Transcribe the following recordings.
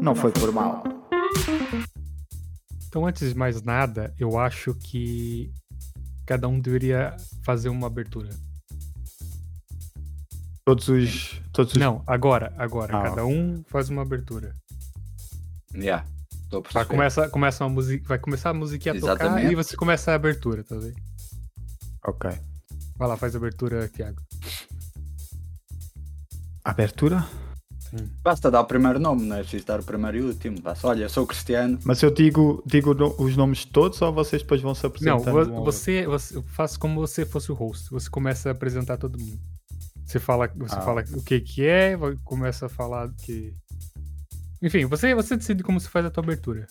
Não foi por mal. Então, antes de mais nada, eu acho que cada um deveria fazer uma abertura. Todos os. Todos os... Não, agora, agora. Ah. Cada um faz uma abertura. Yeah. Tô por Vai, saber. começa, começa uma musica, vai começar a musiquinha a tocar Exatamente. e você começa a abertura, tá vendo? Ok. Vai lá, faz a abertura, Thiago. Abertura? Basta dar o primeiro nome, não é preciso dar o primeiro e o último. Basta, olha, eu sou o Cristiano. Mas eu digo, digo no- os nomes de todos ou vocês depois vão se Não, apresentando? vo- um ao outro? você, você eu faço como você fosse o host. Você começa a apresentar todo mundo. Você fala, você Ah. fala o que que é, vai- começa a falar do que Enfim, você você decide como você faz a tua abertura.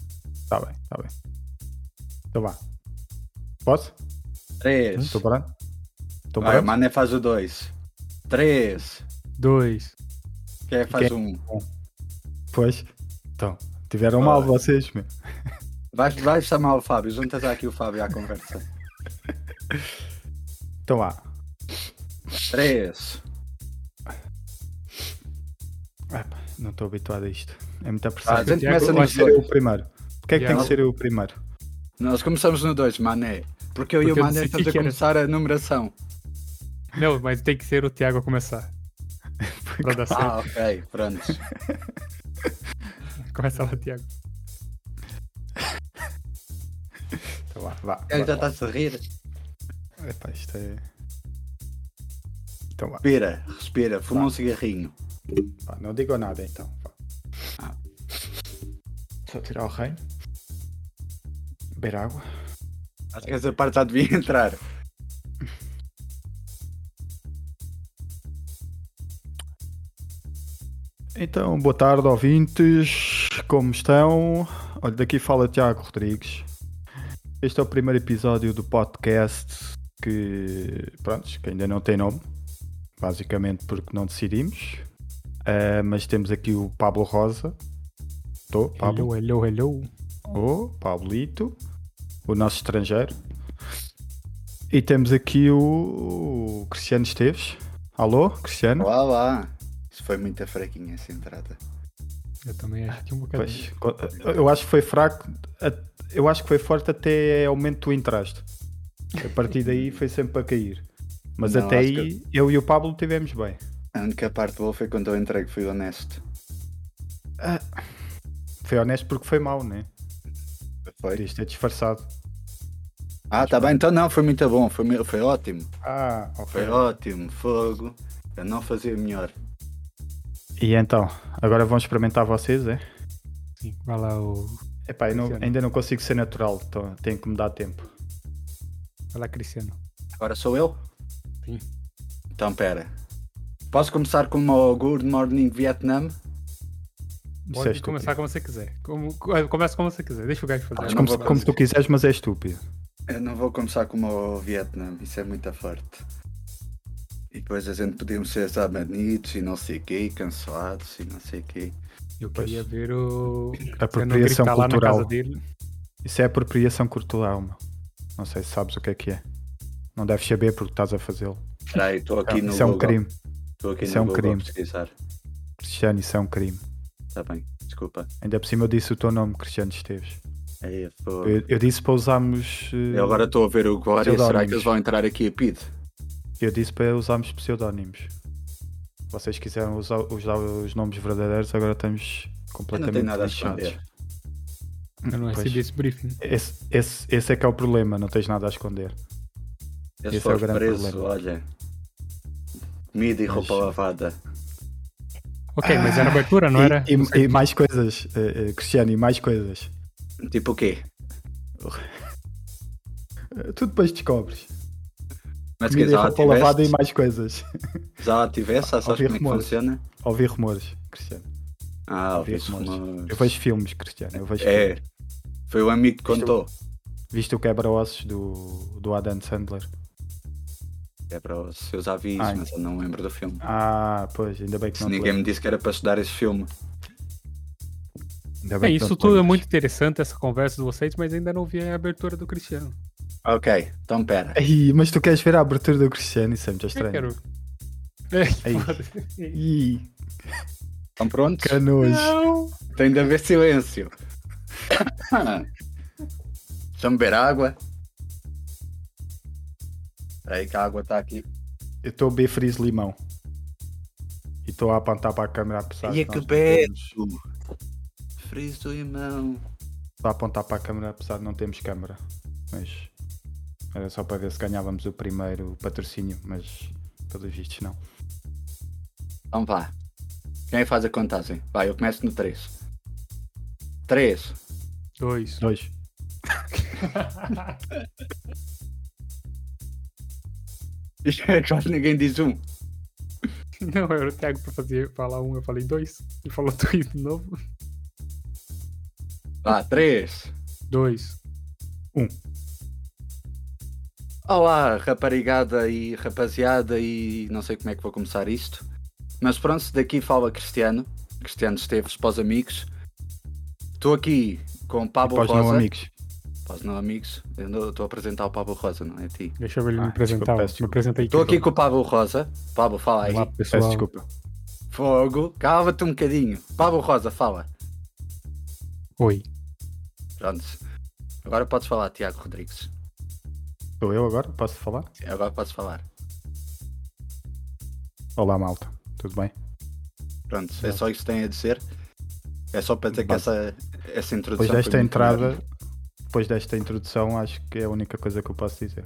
Tá bem, tá bem. Então vá. Posso? Três. Estou parado? Estou Vai, parado? o Mané faz o dois. Três. Dois. Quem faz um? Pois. Então, tiveram Vai. mal vocês, meu. Vais, vais chamar o Fábio, juntas aqui o Fábio à conversa. Então vá. Três. Epá, não estou habituado a isto. É muita pressão. Ah, a gente Tiago, começa eu no Vai acho ser eu o dois. primeiro. Porquê é que tem E que ela- ser eu o primeiro? Nós começamos no dois, Mané. Porque eu Porque e eu o Mané decidi estamos a que era- começar a numeração. Não, mas tem que ser o Thiago a começar. pra dar certo. Ah, ok, pronto. Começa lá, Thiago. Então vá, vá. Ele é já vá. está-se a rir. Epá, isto é... Então vá. Respira, respira, fuma um cigarrinho. Vá, Não digo nada então. Vá. Ah. Só tirar o reino. Beber água. Acho que essa parte já devia entrar. Então, boa tarde, ouvintes. Como estão? Olha, daqui fala Tiago Rodrigues. Este é o primeiro episódio do podcast que, pronto, que ainda não tem nome, basicamente porque não decidimos. Ah, mas temos aqui o Pablo Rosa. Estou, Pablo. Hello, hello, hello. O Pablito, o nosso estrangeiro. E temos aqui o, o Cristiano Esteves. Alô, Hum? Cristiano? Olá, lá. Isso foi muito fraquinha essa entrada. Eu também acho que um bocadinho. Pois, co- eu acho que foi fraco, a- eu acho que foi forte até aumento do entraste. A partir daí foi sempre a cair. Mas Não, até acho aí eu e o Pablo tivemos bem. A única parte boa foi quando eu entrei, que fui honesto. Foi honesto porque foi mau, né? Foi? Podias ter disfarçado. Ah, tá bem, então não, foi muito bom, foi, me- foi ótimo. Ah, Foi ok. ótimo, fogo. Eu não fazia melhor. E então, agora vão experimentar vocês, é? Sim, vai lá o. Epá, eu não- Cristiano. ainda não consigo ser natural, então tenho que me dar tempo. Vai lá, Cristiano. Agora sou eu? Sim. Então pera. Posso começar com uma Good Morning Vietnam? Pode Disseste tu, começar como você quiser. Como, começa como você quiser. Deixa o gajo fazer. Ah, Mas Eu como, não vou como tu conseguir. quiseres, mas é estúpido. Eu não vou começar com uma Vietnam, isso é muito forte. E depois a gente podíamos ser abanidos e não sei o quê, cancelados e não sei o quê. Eu queria ver o. Cristiano Apropriação tá gritar lá na cultural. casa dele. Isso é apropriação cultural, meu. Não sei se sabes o que é que é. Não deves saber porque estás a fazê-lo. Peraí, estou Tá. aqui no Isso é um Google. crime. Estou aqui Isso no é um Google crime. a pesquisar. Cristiano, isso é um crime. Está bem, desculpa. Ainda por cima eu disse o teu nome, Cristiano Esteves. Aí, pô. Eu, eu disse para usarmos. eh, Eu agora estou a ver o Glória, será Pseudónimos. que eles vão entrar aqui a PID? Eu disse para usarmos pseudónimos. Vocês quiseram usar, usar os nomes verdadeiros, agora estamos completamente tenho nada a lixados. esconder. Eu não Pois. recebi esse briefing. Esse, esse- esse é que é o problema, não tens nada a esconder. Esse Eles é o foram grande presos, problema. olha. Comida e Mas- roupa lavada. Ok, mas era abertura, não E- era? e- e mais coisas, eh, eh, Cristiano, e mais coisas. Tipo o quê? Eh, Tu depois descobres. Mas que Comida e já a roupa lavada e tiveste? mais coisas. Já a tiveste? Já sabes Ouvi como é que rumores. funciona? Ouvi rumores, Cristiano. Ah, Ouvi ouvi-se rumores. rumores. Eu vejo é filmes, Cristiano. Eu vejo É. filmes. Foi o amigo que contou. Viste o quebra-ossos do, do Adam Sandler? É para os seus avisos, Ai. mas eu não lembro do filme. Ah, pois, ainda bem que Se não te ninguém lembras. me disse que era para estudar esse filme. Ainda bem É, que isso não te tudo é lembras. muito interessante, essa conversa de vocês, mas ainda não vi a abertura do Cristiano. Ok, então pera. Ei, mas tu queres ver a abertura do Cristiano? Isso é muito Eu estranho. quero. Ei. É, foda-se. Ih, Estão prontos? que nojo. não! Tem de haver silêncio. Deixa-me beber água. Espera aí que a água está aqui. Eu estou a beber frizz limão. E estou a apontar para a câmera apesar Ia de é que nós não termos- beijo! Friso do irmão. Estou a apontar para a câmera apesar de não termos câmera. Mas era só para ver se ganhávamos o primeiro patrocínio, mas pelos vistos não. Então vá. Quem é faz a contagem? Vai, eu começo no 3. 3. Dois. Dois. é Quase ninguém diz um. Não, era o Thiago pra fazer, falar um, eu falei dois. Ele falou dois de novo. Vá, 3. Dois. Olá, raparigada e rapaziada e não sei como é que vou começar isto. Mas pronto, daqui fala Cristiano. Cristiano Esteves para os amigos. Estou aqui com Pablo Para os não Tá Rosa. amigos. Para os não amigos. Eu não- estou a apresentar o Pablo Rosa, não é a ti. Deixa eu ver ele Ah, me apresentar. desculpa, ó. desculpa. me apresentei Estou aqui com o Pablo Rosa. Pablo, fala aí. Olá, Peço pessoal. desculpa. Fogo. Cala-te um bocadinho. Pablo Rosa, fala. Oi. Pronto. Agora podes falar, Tiago Rodrigues. Sou eu agora? Posso falar? Agora podes falar. Olá malta, tudo bem? Pronto, é só isso que tem a dizer. É só para dizer que Bom. essa, essa introdução. Depois foi desta muito entrada, depois desta introdução, acho que é a única coisa que eu posso dizer.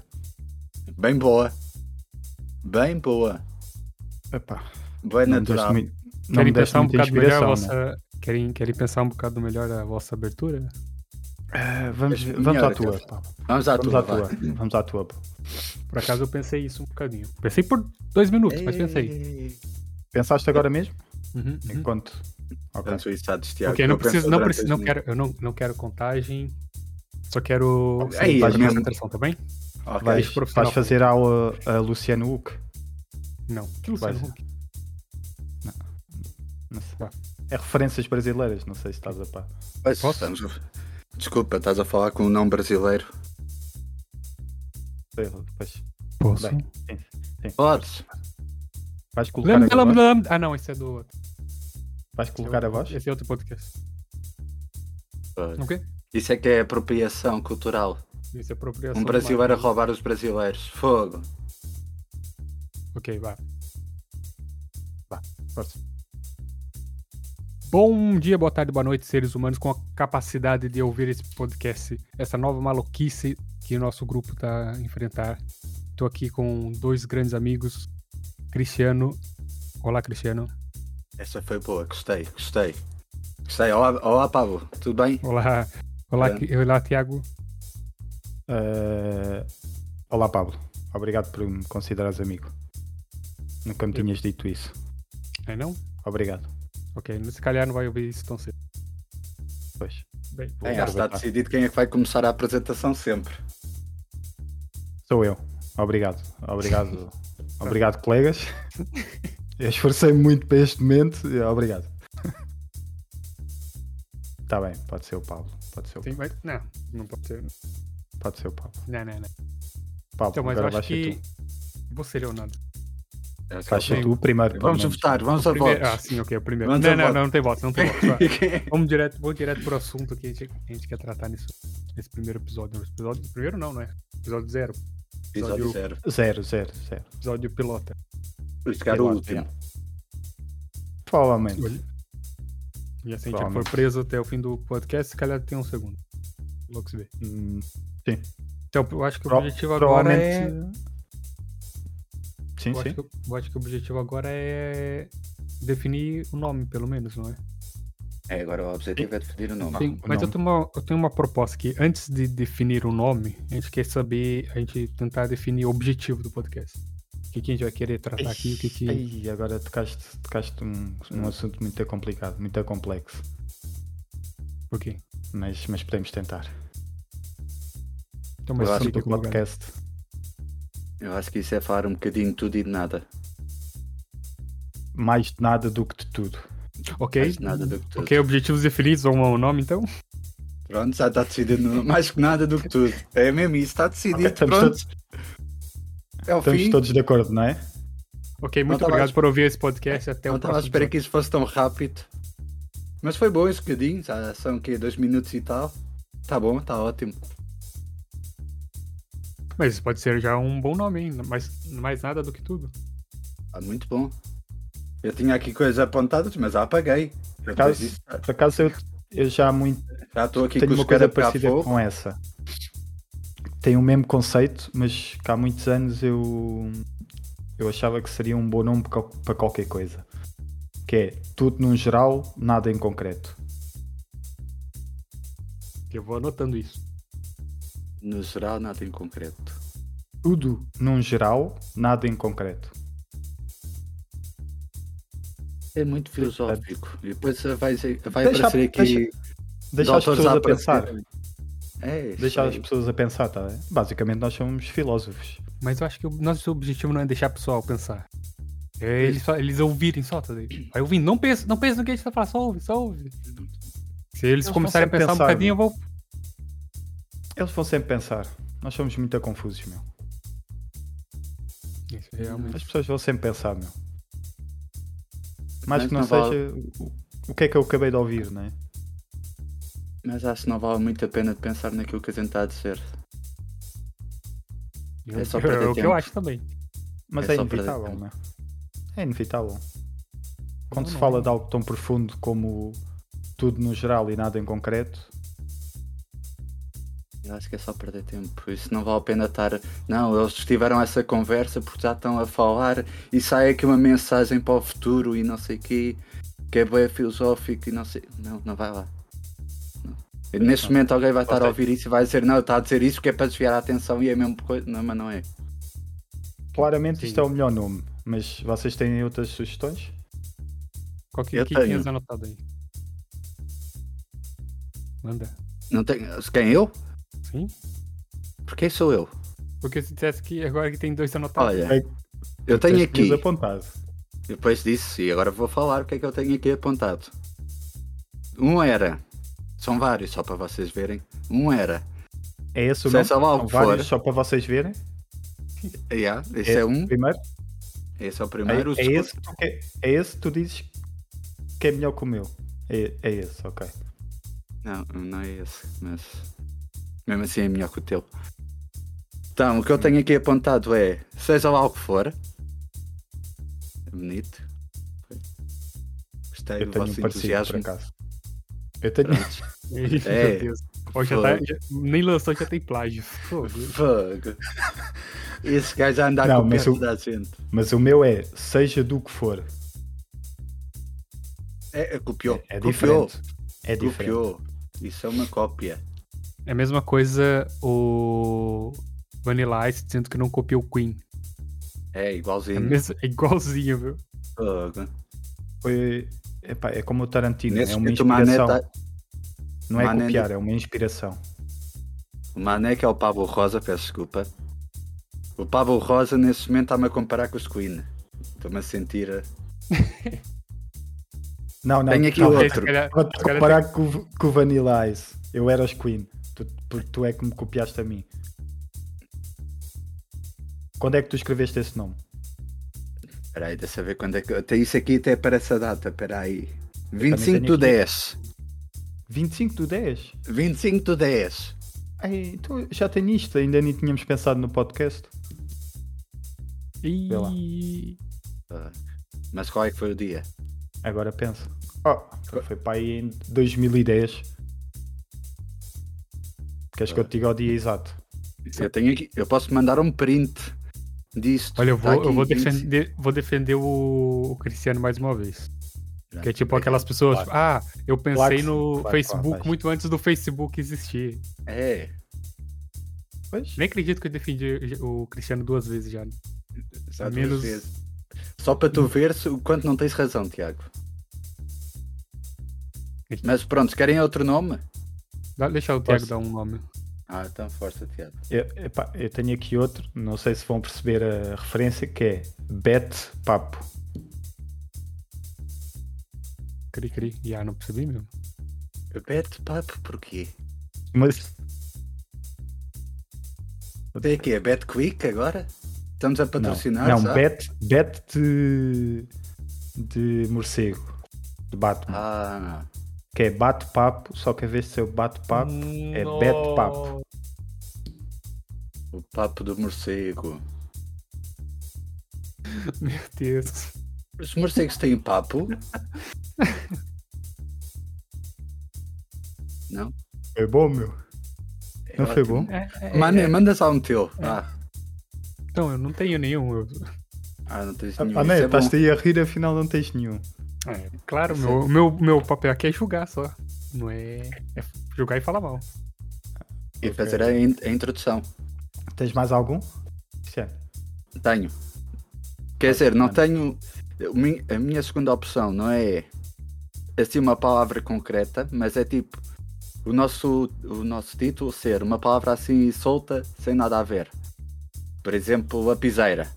Bem boa. Bem boa. Epá, Bem não me deste É natural. muito, não me Querem deste pensar um muita bocado melhor a inspiração. né? vossa. Querem, querem pensar um bocado melhor a vossa abertura? Ah, vamos, Deixa- vamos à É, melhor, tua. então. pá. Vamos à Vamos tua. à tua. vá. Vamos à tua. pá. Por acaso eu pensei isso um bocadinho. Pensei por dois minutos, mas pensei. Ei. Pensaste agora mesmo? Uhum, uhum. Enquanto. Ok. Portanto, isso há de estiar. Ok, não Eu penso preciso, não durante preciso, não este quero, eu não, não quero contagem. Só quero Aí, sem é mesmo. concentração, tá bem? minuto. Ok. Vais, Deixa o profissional vais fazer aula a Luciano Huck? Não. Que Luciano Vai. Huck? Não sei. Tá. É referências brasileiras, não sei se estás a par. Pois, Posso? estamos... Desculpa, estás a falar com um não brasileiro. Sei lá, Depois. Posso? Bem. Sim. Podes. Vais colocar Lembra- a voz? lembra- lembra- Ah, não, esse é do outro. Esse Vais é colocar a outro- voz? Esse é outro podcast. Ok? Isso é que é apropriação cultural. Isso é apropriação. Um do brasileiro a marketing. roubar os brasileiros. Fogo. Ok, vá. Força. Bom dia, boa tarde, boa noite, seres humanos com a capacidade de ouvir esse podcast, essa nova maluquice que o nosso grupo tá a enfrentar. Tô aqui com dois grandes amigos, Cristiano. Olá, Cristiano. Essa foi boa, gostei, gostei. Gostei. Olá, olá Pablo, tudo bem? Olá, olá, Grande. Cri- olá Tiago. Eh, Olá, Pablo. Obrigado por me considerares amigo. Nunca me Eu- tinhas dito isso. É não? Obrigado. Ok, se calhar não vai ouvir isso tão cedo. Pois. Bem, Vou Bem, já está aproveitar. decidido quem é que vai começar a apresentação sempre. Sou eu. Obrigado. Obrigado. obrigado, colegas. Eu esforcei-me muito para este momento. Obrigado. Está bem, pode ser o Pablo. Pode ser o, tem, vai... Não, não pode ser. pode ser o Pablo. Não, não, não. Pablo, Então, mas eu agora acho vais ser que. tu. Você, Leonardo. É que Vais ser eu- tu primeiro. pelo Vamos menos. votar, vamos a Primeiro- votos. Ah, sim, ok, o primeiro. Vamos não, ao não, voto. não, não tem voto, não tem voto. vai. Vamos direto, vou direto pro assunto que a gente, a gente quer tratar nisso, nesse primeiro episódio. episódio. Primeiro não, né? Episódio zero. Episódio zero. Zero, zero, zero. Episódio pilota. Isto que era o Sei lá, último. Provavelmente. Olha. E assim a gente for Provavelmente. preso até o fim do podcast, se calhar tem um segundo. Logo se vê. Hum, Então, eu acho que o Pro- objetivo agora é. provavelmente. Sim, Eu acho, sim. que, eu acho que o objetivo agora é definir o nome, pelo menos, não é? É, agora o objetivo é definir o nome. Sim, o mas eu nome. tenho, uma, eu tenho uma proposta aqui. Antes de definir o nome, a gente quer saber, a gente tentar definir o objetivo do podcast. O que, que a gente vai querer tratar aqui, o que, é que Ah. Ei, agora tocaste, tocaste um, um assunto muito complicado, muito complexo. Por quê? Mas, mas podemos tentar. Então, O mas assunto explica do como é que é. podcast. Eu acho que isso é falar um bocadinho de tudo e de nada. mais de nada do que de tudo. Ok. Mais de nada né? do que tudo. Ok, objetivos definidos ou um nome, então? Pronto, já está decidido. Mais que nada do que tudo. É mesmo isso, está decidido. estamos Pronto. todos, É o estamos fim. todos de acordo, não é? Ok, Não muito tava obrigado à- por ouvir esse podcast. Até o Não estava à próximo. espera que isso fosse tão rápido. Mas foi bom esse bocadinho, já são que dois minutos e tal. Tá bom, tá ótimo. Mas isso pode ser já um bom nome, hein? Mais, mais nada do que tudo. Tá muito bom. Eu tinha aqui coisas apontadas, mas já apaguei. Eu acaso- fiz isso, Por acaso eu, eu já há muito já estou aqui tenho com uma os coisa caras para parecida fogo. com essa. Tem o mesmo conceito, mas que há muitos anos eu eu achava que seria um bom nome para qual- para qualquer coisa. Que é tudo num geral, nada em concreto. Eu vou anotando isso. No geral, nada em concreto. Tudo num geral, nada em concreto. É muito filosófico. E depois vai, vai Deixa- aparecer aqui. Deixa as doutores pessoas a aparecerem. pensar. É, isso Deixa aí. as pessoas a pensar, tá? bem? Basicamente nós somos filósofos. Mas eu acho que o nosso objetivo não é deixar o pessoal pensar. É eles, só- eles ouvirem só, tá ligado? Vai ouvindo. Não pensa, não pensa no que a gente tá falando, só ouve, só ouve. Se eles Eles começarem a vão pensar, sempre pensar, um bocadinho, eu vou. Eles vão sempre pensar. Nós somos muito confusos, meu. Isso, realmente. As pessoas vão sempre pensar, meu. Mais Mas que não não vale. seja o- o que é que eu acabei de ouvir, né? Mas acho que não vale muito a pena de pensar naquilo que a gente está a dizer. Eu- é só perder é o que eu tempo. acho também. Mas É é, só perder inevitável, tempo. né? É inevitável. Quando Não, se não fala é. de algo tão profundo como tudo no geral e nada em concreto, Eu acho que é só perder tempo. Isso não vale a pena estar. Não, eles tiveram essa conversa porque já estão a falar e sai aqui uma mensagem para o futuro e não sei o quê, que é bem filosófico e não sei. Não, não vai lá. Não. E Neste momento alguém vai estar a Ok. ouvir isso e vai dizer, não, está a dizer isso que é para desviar a atenção e é a mesma coisa. Não, mas não é. claramente isto Sim. é o melhor nome. Mas vocês têm outras sugestões? Qual que, Eu que tenho. tinhas anotado aí? Manda. Não tem. Quem eu? Sim? Porque sou eu. Porque se dissesse que agora Tá, que tem dois anotados. Olha. Bem, Eu tenho Tens aqui. tudo apontado. Depois disso, e agora vou falar o que é que eu tenho aqui apontado. Um era. São vários, só para vocês verem. Um era. É esse o Sei nome? só lá o São que vários, for. só para vocês verem. Yeah, esse é, um. Primeiro, Esse é o é, primeiro. o é segundo- esse que tu, que- é esse que tu dizes que é melhor que o meu. É, é esse, ok. Não, não é esse, mas. Mesmo assim é melhor que o teu. Então, o que eu Hum. tenho aqui apontado é. Seja lá o que for. É Bonito. Gostei Eu É do tenho um parecido, vosso por entusiasmo. acaso. Eu tenho. Ih, É. Meu Deus. Ó, já tá- já- nem lançou, já tem plágio. Pô, Fogo. Esse gajo anda a Não, copiar mas o- toda a gente. Mas o meu é, seja do que for. É, é, copiou. É copiou. diferente. É diferente. Copiou. Isso é uma cópia. É a mesma coisa o Vanilla Ice dizendo que não copiou o Queen. É É, igualzinho. mesmo, é igualzinho, viu? Fogo. Foi- epá, é como o Tarantino, Nesse é uma momento, o Mané, inspiração. tá- Não é Mané copiar, é uma inspiração. o Mané que é o Pablo Rosa, peço desculpa. O Pablo Rosa, nesse momento, está-me a comparar com os Queen. Estou-me a sentir. a- Não, não. Tenho aqui não, outro. Se calhar- Vou te se calhar comparar com, o- com o Vanilla Ice. Eu era os Queen. Tu, porque tu é que me copiaste a mim. Quando é que tu escreveste esse nome? Espera aí, deixa eu ver quando é que. Até isso aqui até parece a data, espera aí. 25 tenho do aqui. 10. 25 do 10? 25 do 10. Ei, então eu já tenho isto, ainda nem tínhamos pensado no podcast. tem- Vê lá. Ih, Ah, Mas qual é que foi o dia? Agora pensa. Oh, foi para aí em 2010. Queres que eu te diga o dia exato? Eu tenho aqui. Eu posso mandar um print disto. Olha, eu Tá vou, eu aqui, vou 25. defender, vou defender o, o Cristiano mais uma vez. Já, Que é tipo ok. aquelas pessoas, tipo, ah, eu pensei Claro que no sim, claro, Facebook claro, muito antes do Facebook existir. É, Pois? Nem acredito que eu defendi o Cristiano duas vezes já. só duas Menos- vezes. Só para tu ver o quanto não tens razão, Tiago. Mas pronto, querem outro nome? Dá- Deixa o Thiago Posso? dar um nome. Ah, então força, Tiago. Eu, epá, eu tenho aqui outro, não sei se vão perceber a referência, que é Bet Papo. Cri, cri. Já, não percebi mesmo. Bete papo, porquê? Mas Até aqui, é Bet Quick agora? Estamos a não, patrocinar? não já? bet, bet de, de morcego, de Batman. Ah, que é bate-papo, só que a vez de ser o bate-papo, é Hum, bate-papo. O papo do morcego. Meu Deus. Os morcegos têm papo? Não? Foi bom, meu? É Não foi ótimo. bom? É, é, Mano, é. manda só um teu. Ah, Então, eu não tenho nenhum. eu- ah, não tens nenhum. Ah, Isso né? é bom. Estás-te aí a rir, afinal não tens nenhum. É, claro, meu, o meu, meu papel aqui é julgar só. Não é, é julgar e falar mal. E fazer é a, in- a introdução. Tens mais algum? Cristiano? Tenho. Quer dizer, não mano. tenho. o mi- A minha segunda opção não é assim uma palavra concreta, mas é tipo o nosso, o nosso título ser uma palavra assim solta, sem nada a ver. Por exemplo, a piseira.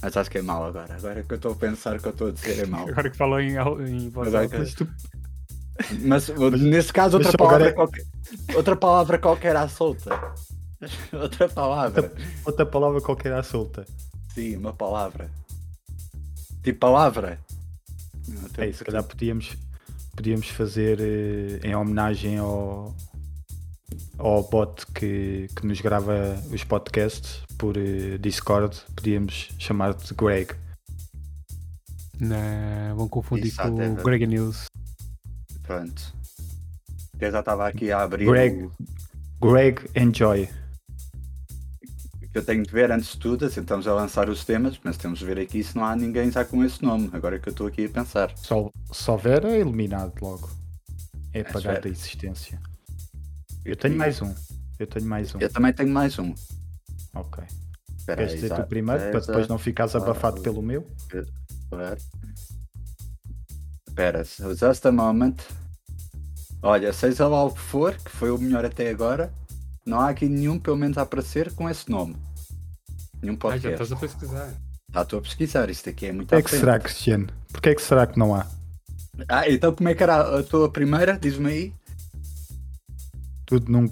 Mas acho que é mau agora. Agora que eu estou a pensar que eu estou a dizer é mau. Agora que falou em, au- em voz Agora alta. que- Mas o- nesse caso, outra mas palavra, agora é- qualquer, outra palavra qualquer à solta. Outra palavra. Outra palavra qualquer à solta. Sim, uma palavra. Tipo palavra. É Não, tem- Ei, É se calhar podíamos, podíamos fazer eh, em homenagem ao, ao bot que, que nos grava os podcasts por eh, Discord, podíamos chamar-te Greg. Não, vão Né, confundir Isso, com até o ver. Greg News. Pronto. Eu já estava aqui a abrir. Greg. o- Greg Enjoy. que Eu tenho de ver antes de tudo, assim estamos a lançar os temas, mas temos de ver aqui se não há ninguém já com esse nome, agora que eu estou aqui a pensar. Só, só ver é eliminado logo. É apagado espera. da existência. Eu tenho mais um. Eu tenho mais um. Eu também tenho mais um. Ok. Espera Queres aí, dizer já- é tu primeiro para depois não ficares abafado pelo meu? Tá Espera. Espera, so just a moment. Olha, seja lá o que for, que foi o melhor até agora, não há aqui nenhum, pelo menos, a aparecer com esse nome. Nenhum Ah, já podcast. estás a pesquisar. Já estou a pesquisar, isto aqui é muito Porquê à é que frente. será, Cristiano? Porquê é que será que não há? Ah, então como é que era a tua primeira? Diz-me aí. Tudo num,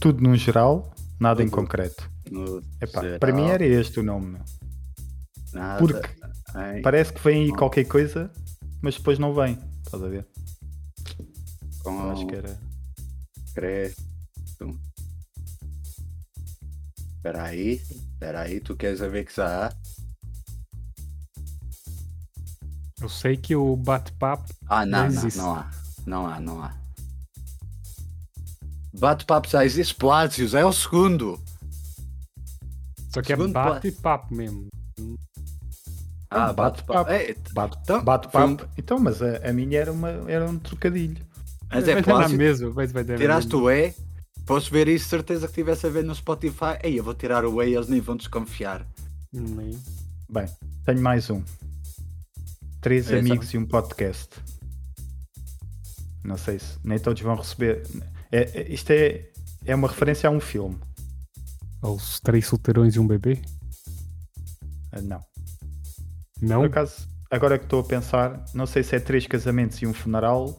tudo num geral, nada em Tudo. concreto. No Epá, geral, para mim era este o nome. meu. nada, porque em Parece que vem aí qualquer coisa, mas depois não vem. Estás a ver? Eu Acho que é. era. concreto. Espera aí, espera aí, tu queres a ver que já há? Eu sei que o bate-papo. Ah, não, Não não, existe. não há. Não há, não há. Bate-papo já existe. Plásios, é o segundo. Só que é Segundo bate-papo mesmo. Ah, bate-papo. bate-papo. É, Bate, Então, bate foi um- papo. Então, mas a, a minha era, uma, era um trocadilho. mas vai dar é na Plácio. mesma, mas vai dar na Tiraste mesma. o E. Posso ver isso, certeza que estivesse a ver no Spotify. Ei, eu vou tirar o E, eles nem vão desconfiar. Hum, aí. Bem, tenho mais um. Três Esse amigos e um podcast. Não sei se nem todos vão receber. É- é- isto é, é uma referência a um filme. Os três solteirões e um bebê? Ah, Não. Não? Por acaso, agora que estou a pensar, não sei se é três casamentos e um funeral,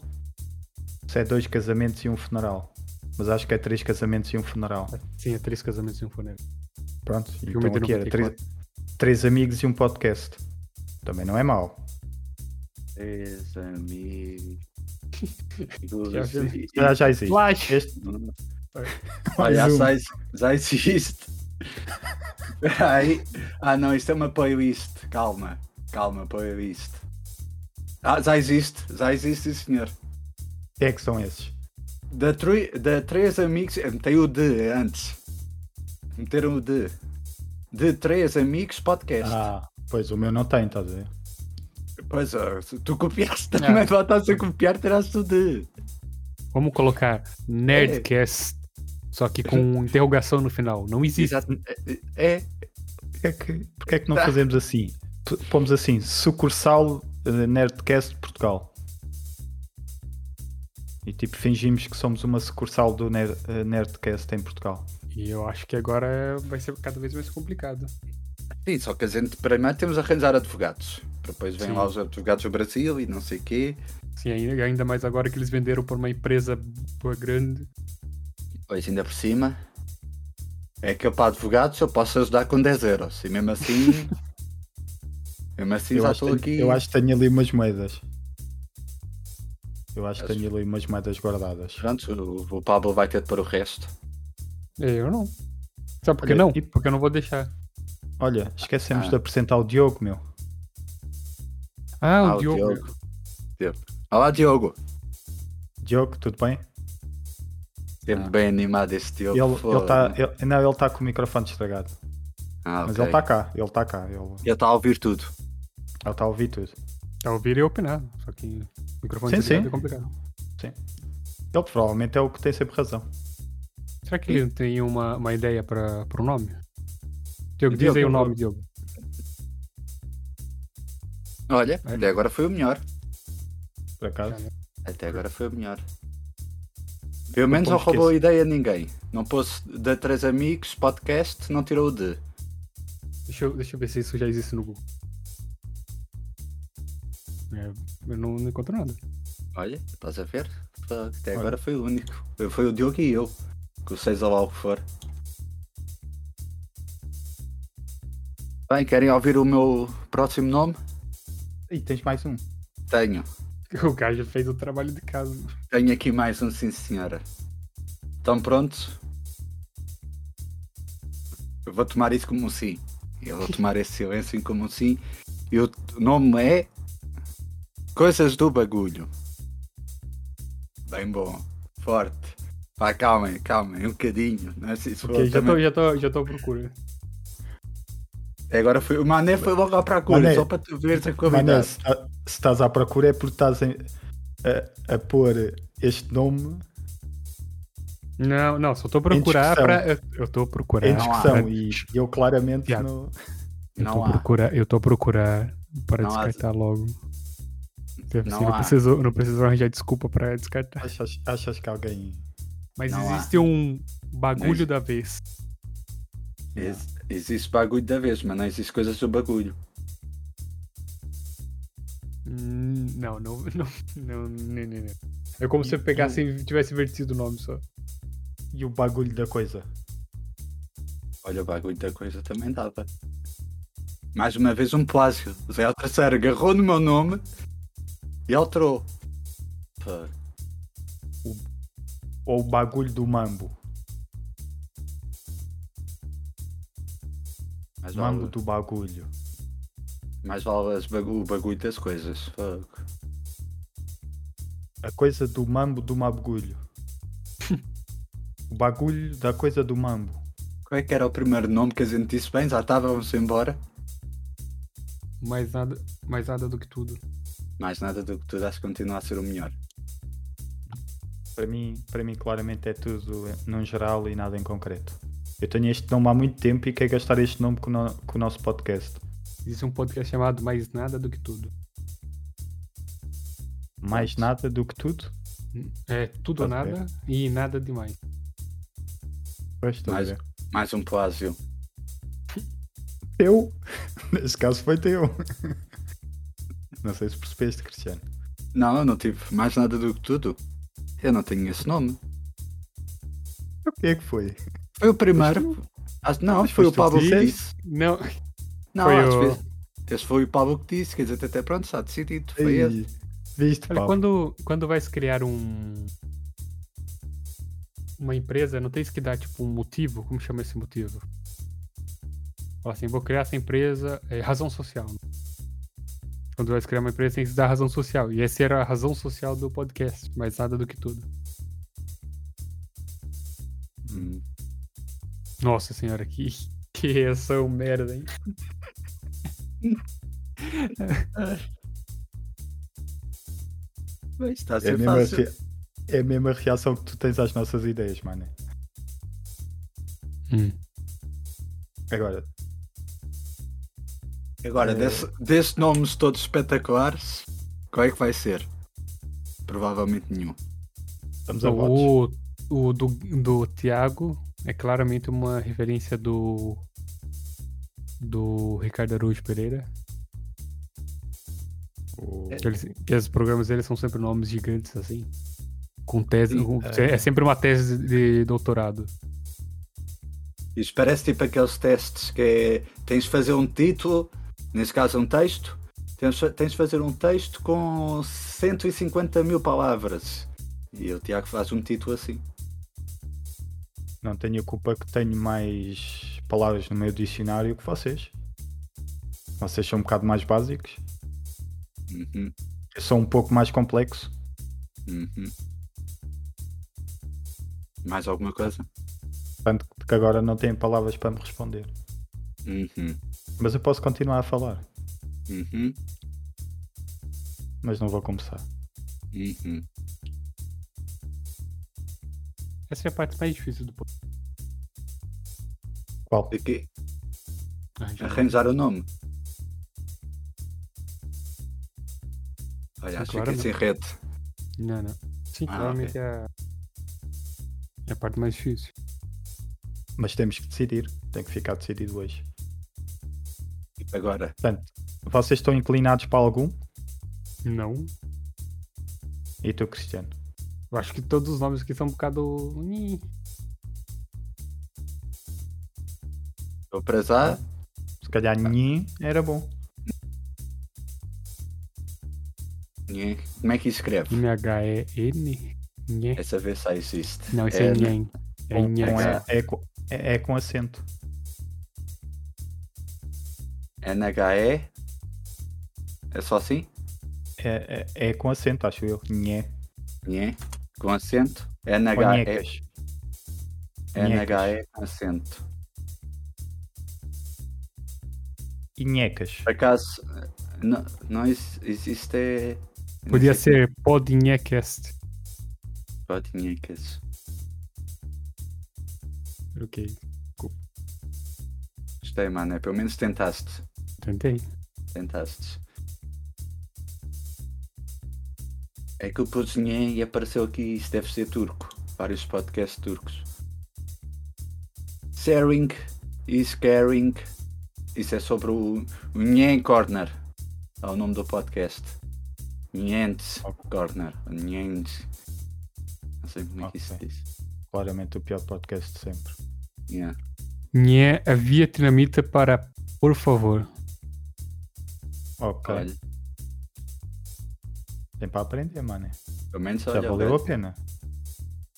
se é dois casamentos e um funeral. Mas acho que é três casamentos e um funeral. Sim, é um três casamentos e um funeral. Pronto, Filme então de aqui era três, 94. três amigos e um podcast. Também não é mau. Três amigos. Já vi. Já, já existe. Flash! Este, Olha, Mais Hum. um. já, ex- já existe. Espera aí. Ah, não, isto é uma playlist. Calma, calma, playlist. Ah, já existe, já existe, sim, senhor. que é que são esses? Da, tri, da três amigos. eh, Tem o de antes. Meteram o de. De três amigos podcast. Ah, pois o meu não tem, estás a ver? Pois é, se tu copiaste também, tu estás a copiar, tiraste o de. Vamos colocar Nerdcast, só que com interrogação no final. Não existe. Exato. É, é, Porquê é que, porquê é que não Tá. fazemos assim? P- Pomos assim, sucursal eh, Nerdcast de Portugal. E tipo, fingimos que somos uma sucursal do Ner- eh, Nerdcast em Portugal. E eu acho que agora vai ser cada vez mais complicado. Sim, só que a gente primeiro temos a arranjar advogados. Depois vêm Sim. lá os advogados do Brasil e não sei o quê. Sim, ainda ainda mais agora que eles venderam por uma empresa boa grande. Pois ainda por cima. É que eu para advogados eu posso ajudar com 10 euros. E mesmo assim. mesmo assim já acho, estou que aqui. tenho- eu acho que tenho ali umas moedas. Eu acho que tenho ali umas moedas guardadas. Pronto, o, o Pablo vai ter de pôr o resto. Eu não. Sabe por que Olha, não? e- Porque eu não vou deixar. Olha, esquecemos Ah. de apresentar o Diogo, meu. Ah, Ah, o Diogo. Diogo. Olá, Diogo. Diogo, tudo bem? Sempre bem animado esse Diogo. Ele está Ah. ele foda-me. tá, ele- não, ele tá com o microfone estragado. Ah, Mas ok. ele tá- está cá, ele está cá. Ele ele Ele está a ouvir tudo. está a ouvir tudo. É ouvir e opinar. Só que microfone Sim, desligado sim. é complicado. Ele provavelmente é o que tem sempre razão. Será que ele tem uma, uma ideia para o nome? Diogo, diz Diogo, aí o eu- nome, Diogo. Olha, É. até agora foi o melhor. Por acaso. Até agora foi o melhor. Pelo menos não podemos roubou a ideia a ninguém. Não pôs de três amigos, podcast, não tirou o de. Deixa eu, deixa eu ver se isso já existe no Google. É, eu não, não encontro nada. Olha, estás a ver? Fuck, Até Olha. agora foi o único. Foi o Diogo e eu. Que o seja lá o que for. Bem, querem ouvir o meu próximo nome? E tens mais um. Tenho. O cara já fez o trabalho de casa. Tenho aqui mais um, sim senhora. Estão prontos? Eu vou tomar isso como um sim. Eu vou tomar esse silêncio como um sim. E o t- nome é. Coisas do Bagulho. Bem bom. Forte. Pá, calmem, calmem, um bocadinho. Não é se isso Ok, for já tô, também- já, tô, já tô à procura. Até Agora foi. O Mané foi logo à procura, Mané. só para tu veres a Mano, qualidade. se tá- se estás à procura é porque estás em- a, a pôr este nome Não, não, só tô procurar discussão. pra. Eu, eu tô em procurando. Não há. discussão. E eu claramente Piada. não. Eu Não tô, há. procura, eu tô procurar para Não há. descartar logo. Você Não não, há. precisou, não precisou arranjar desculpa pra descartar. Achas, achas que alguém. Mas Não há. existe um bagulho Mas- da vez. Ex- Existe bagulho da vez, mas não existe coisas do bagulho. Hum, Não, não, não, não, não, não, não. É como se eu pegasse e tivesse invertido o nome só. E o bagulho da coisa. Olha, o bagulho da coisa também dava. Mais uma vez um plágio. O Zé Terceiro agarrou no meu nome e alterou. Pá, Ou o bagulho do mambo. Mais Mambo vale, do bagulho. mais vale as bagu- o bagulho das coisas. Fuck. A coisa do mambo do bagulho. o bagulho da coisa do mambo. Qual é que era o primeiro nome que a gente disse bem? Já estávamos embora. Mais nada, mais nada do que tudo. Mais nada do que tu acho que continua a ser o melhor. Para mim, para mim claramente é tudo num geral e nada em concreto. Eu tenho este nome há muito tempo e quero gastar este nome com o, no- com o nosso podcast. Existe um podcast chamado Mais Nada do que Tudo. Mais nada do que tudo. É tudo ou Tá nada e nada demais. Pois estou a Mais, ver. mais um plágio. Teu. Neste caso foi teu. Não sei se percebeste, Cristiano. Não, eu não tive mais nada do que tudo. Eu não tenho esse nome. O que é que foi? Foi o primeiro. Acho- não, Mas foi o foste tu Pablo que que disseste? disse. Não, Não, Foi às o- vezes. Esse foi o Pablo que disse, quer dizer, até pronto, está decidido. Foi ele. Ei, Viste, olha, Pablo? quando, quando vai se criar um. Uma empresa, não tem que dar tipo um motivo? Como chama esse motivo? Fala assim, vou criar essa empresa, é, razão social. né? Quando vai se criar uma empresa, tem que se dar razão social. E essa era a razão social do podcast, mais nada do que tudo. Hum, Nossa senhora, que, que reação merda, hein? Mas está a É, ser mesmo a fácil. rea- é a mesma reação que tu tens às nossas ideias, mano. Agora, Agora, É. desse, desses nomes todos espetaculares, qual é que vai ser? Provavelmente nenhum. estamos a votos. O, o do, do Thiago é claramente uma referência do do Ricardo Araújo Pereira. O- Que, eles, que os programas deles são sempre nomes gigantes assim. Com tese. Sim, com- é. é sempre uma tese de doutorado. Isto parece tipo aqueles testes que é, tens de fazer um título, nesse caso um texto, tens, tens de fazer um texto com s- 150 mil palavras. E o Tiago faz um título assim. Não tenho culpa que tenho mais palavras no meu dicionário que vocês. Vocês são um bocado mais básicos. Uhum, Eu sou um pouco mais complexo. uhum. Mais alguma coisa? Tanto que agora não tenho palavras para me responder. Uhum, Mas eu posso continuar a falar. uhum, Mas não vou começar. uhum. Essa é a parte mais difícil do podcast. Qual? De quê? Ah, já- Arranjar o nome. Olha, Sim, acho claro, que não. sem rede. Não, não. Sim, Ah, claramente é a... é a parte mais difícil. Mas temos que decidir. Tem que ficar decidido hoje. Tipo Agora, Vocês estão inclinados para algum? Não. E tu, Cristiano? Eu acho que todos os nomes aqui são um bocado. Nhi. vou para já. Se calhar Nhin era bom. Nhe. Como é que escreve? N-H-E-N. Nhe. Essa vez só existe. Não, isso é né? Nhen. É Com- Nhen. com- Nhé. é, é co- é- é com acento. NHE. É só assim? É, é, é com acento, acho eu. Nhe. Nhe. Com acento. Ou NHE. nhecas. NHE com acento. Inhecas. Por acaso, não, não ex- existe. é- não Podia sei ser Podinhecast. como- Pode nhecas. Ok. Gostei, mano. é, Pelo menos tentaste. Tentei. Tentaste. É que eu pus Nhe e apareceu aqui. Isso deve ser turco. Vários podcasts turcos. Sharing is caring. Isso é sobre o, o Nhe Corner. É o nome do podcast. Nhentes Corner. Nhentes. Não sei como é que isso se Ok. diz. Claramente o pior podcast de sempre. Yeah. Nhe a vietnamita para por favor. Ok. Olha, Tem para aprender, mano. pelo menos Já Então, olha, valeu olha, a pena.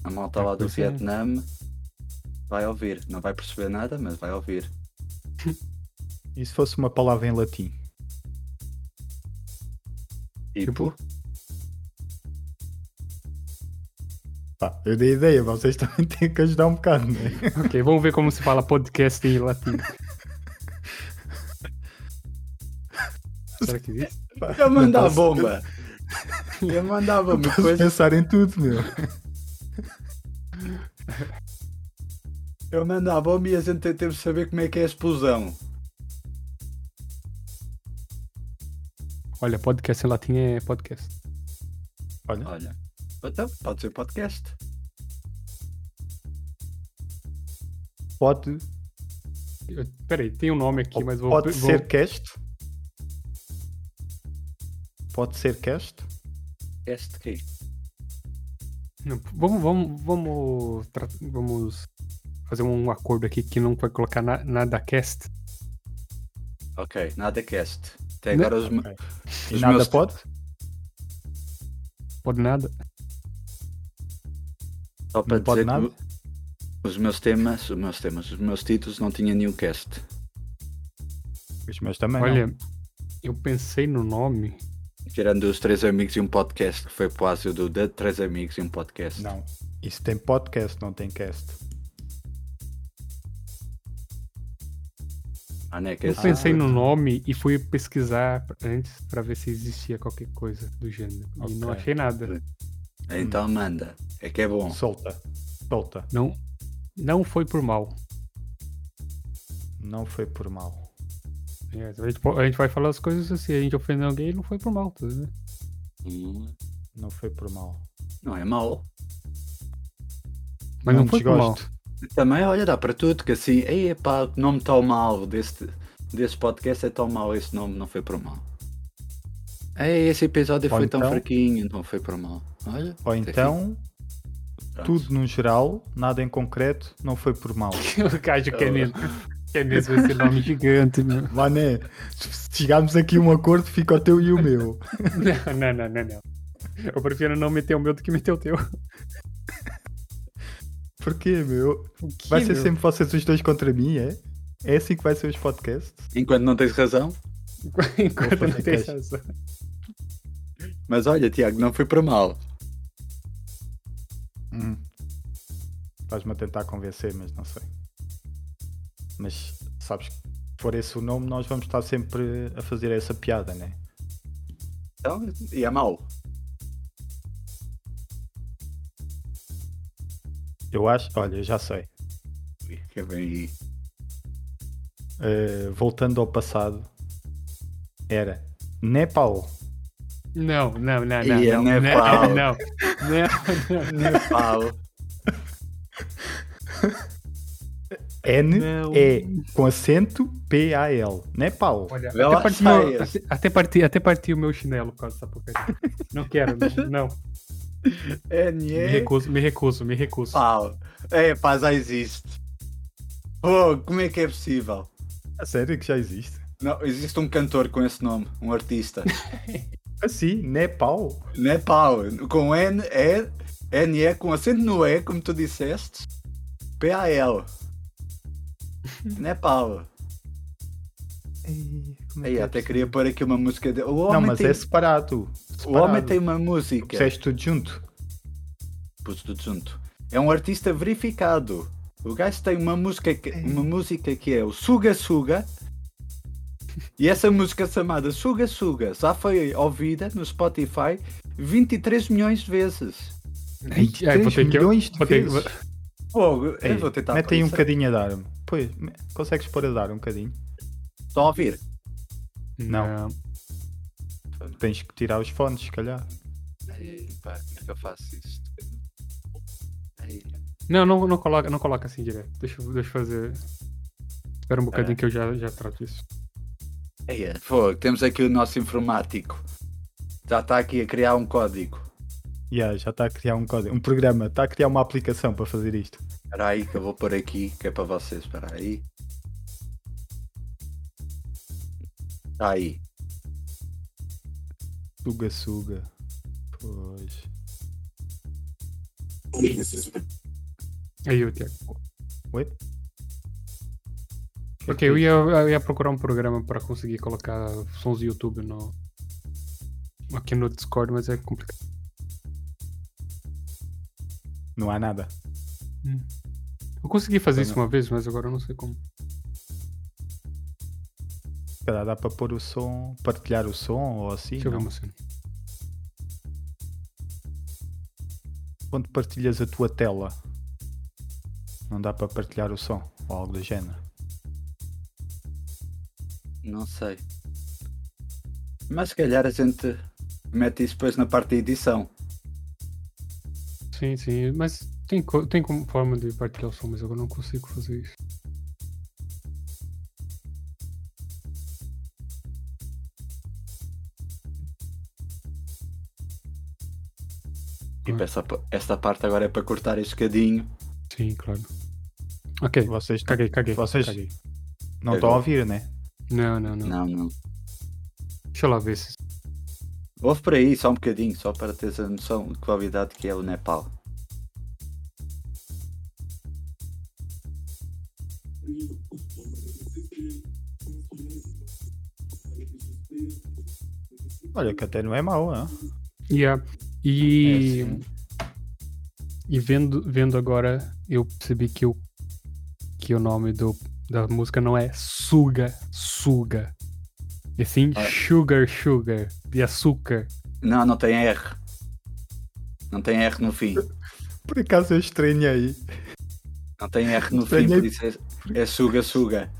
a malta lá do Pois é. Vietnã vai ouvir. Não vai perceber nada, mas vai ouvir. E se fosse uma palavra em latim? Tipo, Pá, eu dei ideia, vocês também têm que ajudar um bocado, né? Ok, vamos ver como se fala podcast em latim. Será que existe? ia mandar posso- bomba. Ia mandar bomba. Posso Coisa... pensar em tudo, meu. Eu mandar bomba e a gente tentamos saber como é que é a explosão. Olha, podcast em latim é podcast. Olha, Olha, então, pode ser podcast. pode, Eu, peraí, tem um nome aqui, mas vou. pode vou- ser cast? Pode ser cast? Este quê? Não, vamos, vamos, vamos, tra- vamos fazer um acordo aqui que não vai colocar na- nada cast. Ok, nada cast. Até Não. agora os, me- Ok. E os nada meus... pode? Pode nada. Só para Não pode dizer nada? que os meus temas, os meus temas, os meus títulos não tinha nenhum cast. Os meus também. não. Olha, eu pensei no nome. Tirando os Três Amigos e um Podcast, que foi quase o do de Três Amigos e um Podcast. Não. Isso tem podcast, não tem cast. Ah, não é que Eu esse- pensei no nome e fui pesquisar antes pra ver se existia qualquer coisa do gênero. E não Ok. achei nada. Então manda. É que é bom. Solta. Solta. Não, não foi por mal. Não foi por mal. É, a, gente, po- a gente vai falar as coisas assim, a gente ofendeu alguém não foi por mal, tá vendo? Hum, Não foi por mal. Não é mau. Mas não, foi por mal. desgosto. Também, olha, dá para tudo, que assim, ei, pá, o nome tão mau deste, desse podcast é tão mau, esse nome não foi para mal. Ei, esse episódio Ou foi tão então- fraquinho, não foi para mal. Olha, Ou até então, fica- pronto. tudo no geral, nada em concreto, não foi por mal. o Cádio Kenis. Kenis vai ser nome gigante, meu. Mané, se chegarmos aqui a um acordo, fica o teu e o meu. Não, não, não, não, não. Eu prefiro não meter o meu do que meter o teu. Porquê, meu? O que, Vai ser meu? sempre vocês os dois contra mim, é? É assim que vai ser os podcasts? Enquanto não tens razão. Enquanto Vou não fazer tem caixa. razão. Mas olha, Tiago, não foi para mal. Hum. Estás-me a tentar convencer, mas não sei. Mas sabes que se for esse o nome, nós vamos estar sempre a fazer essa piada, né? Então, e é mau. Eu acho, olha, eu já sei. Que vem aí. Eh, voltando ao passado, era Nepal. Não, não, não, não. Ih, é não, não, Nepal. não, não, não, Nepal. N Não. E com acento P A L. Nepal. Olha, Vê até lá, parti, meu, saias. até, até parti, até parti o meu chinelo por causa dessa porcaria. Não quero, não. não. Me NE. recuso, me recuso, me recuso. É, Pau. É, pá, já existe. Oh, como é que é possível? A sério que já existe? Não, existe um cantor com esse nome, um artista. Assim, Nepal. Nepal, com N, E, N, E, com acento no E, como tu disseste. P-A-L. Nepal. Ei, como é Aí, que é até possível? queria pôr aqui uma música dele. O homem, Não, mas tem, é separado. o homem separado. tem uma música. Puseste tudo junto. Pus tudo junto. É um artista verificado. O gajo tem uma música É. que, uma música que é o Suga Suga. E essa música chamada Suga Suga já foi ouvida no Spotify 23 milhões de vezes. Ai, ai, vou 23 ter que- milhões de vou ter que- vezes. Fogo, Ei, eu vou tentar Mete aí um pôr isso. bocadinho a dar-me. Pois, me- consegues pôr a dar um bocadinho? Estão a ouvir? Não. Tens que tirar os fones, se calhar. Ei, pá, como é que eu faço isto? Ei, Não, não, não coloca, não coloca assim direto. Deixa, eu- deixa eu fazer. Espera um bocadinho que eu já, já trato isso. ei, é, fogo, temos aqui o nosso informático. Já está aqui a criar um código. Yeah, já está a criar um código, um programa, está a criar uma aplicação para fazer isto. Espera aí que eu vou pôr aqui, que é para vocês, espera aí. Tá aí. Suga, suga. Pois. Aí eu, Tiago. Oi? Porque eu ia, eu ia procurar um programa pra conseguir colocar sons do YouTube no. Aqui no Discord, mas é complicado. Não há nada. Eu consegui fazer Tá isso não. uma vez, mas agora eu não sei como. Se calhar dá para pôr o som, partilhar o som ou assim. Deixa eu ver não? uma cena. Quando partilhas a tua tela, não dá para partilhar o som ou algo do género. Não sei. Mas se calhar a gente mete isso depois na parte da edição. Sim, sim, mas tem, co- tem como forma de partilhar o som, mas agora eu não consigo fazer isso. Tipo, Ah. essa, pa- esta parte agora é para cortar este bocadinho. Sim, claro. Ok, Vocês caguei, caguei. Vocês- caguei. É não estão a ouvir, né? Não, não, não, Não, não. Deixa eu lá ver se. Ouve por aí só um bocadinho, só para teres a noção de qualidade que é o Nepal. Olha, que até não é mau, não? Yeah. E. É, sim. E vendo, vendo agora, eu percebi que o, que o nome do, da música não é Suga, Suga. E sim Ah. Sugar, Sugar, de açúcar. Não, não tem R. Não tem R no fim. Por acaso eu estranhei. Não tem R no fim, Estranhei. por isso é, é suga suga.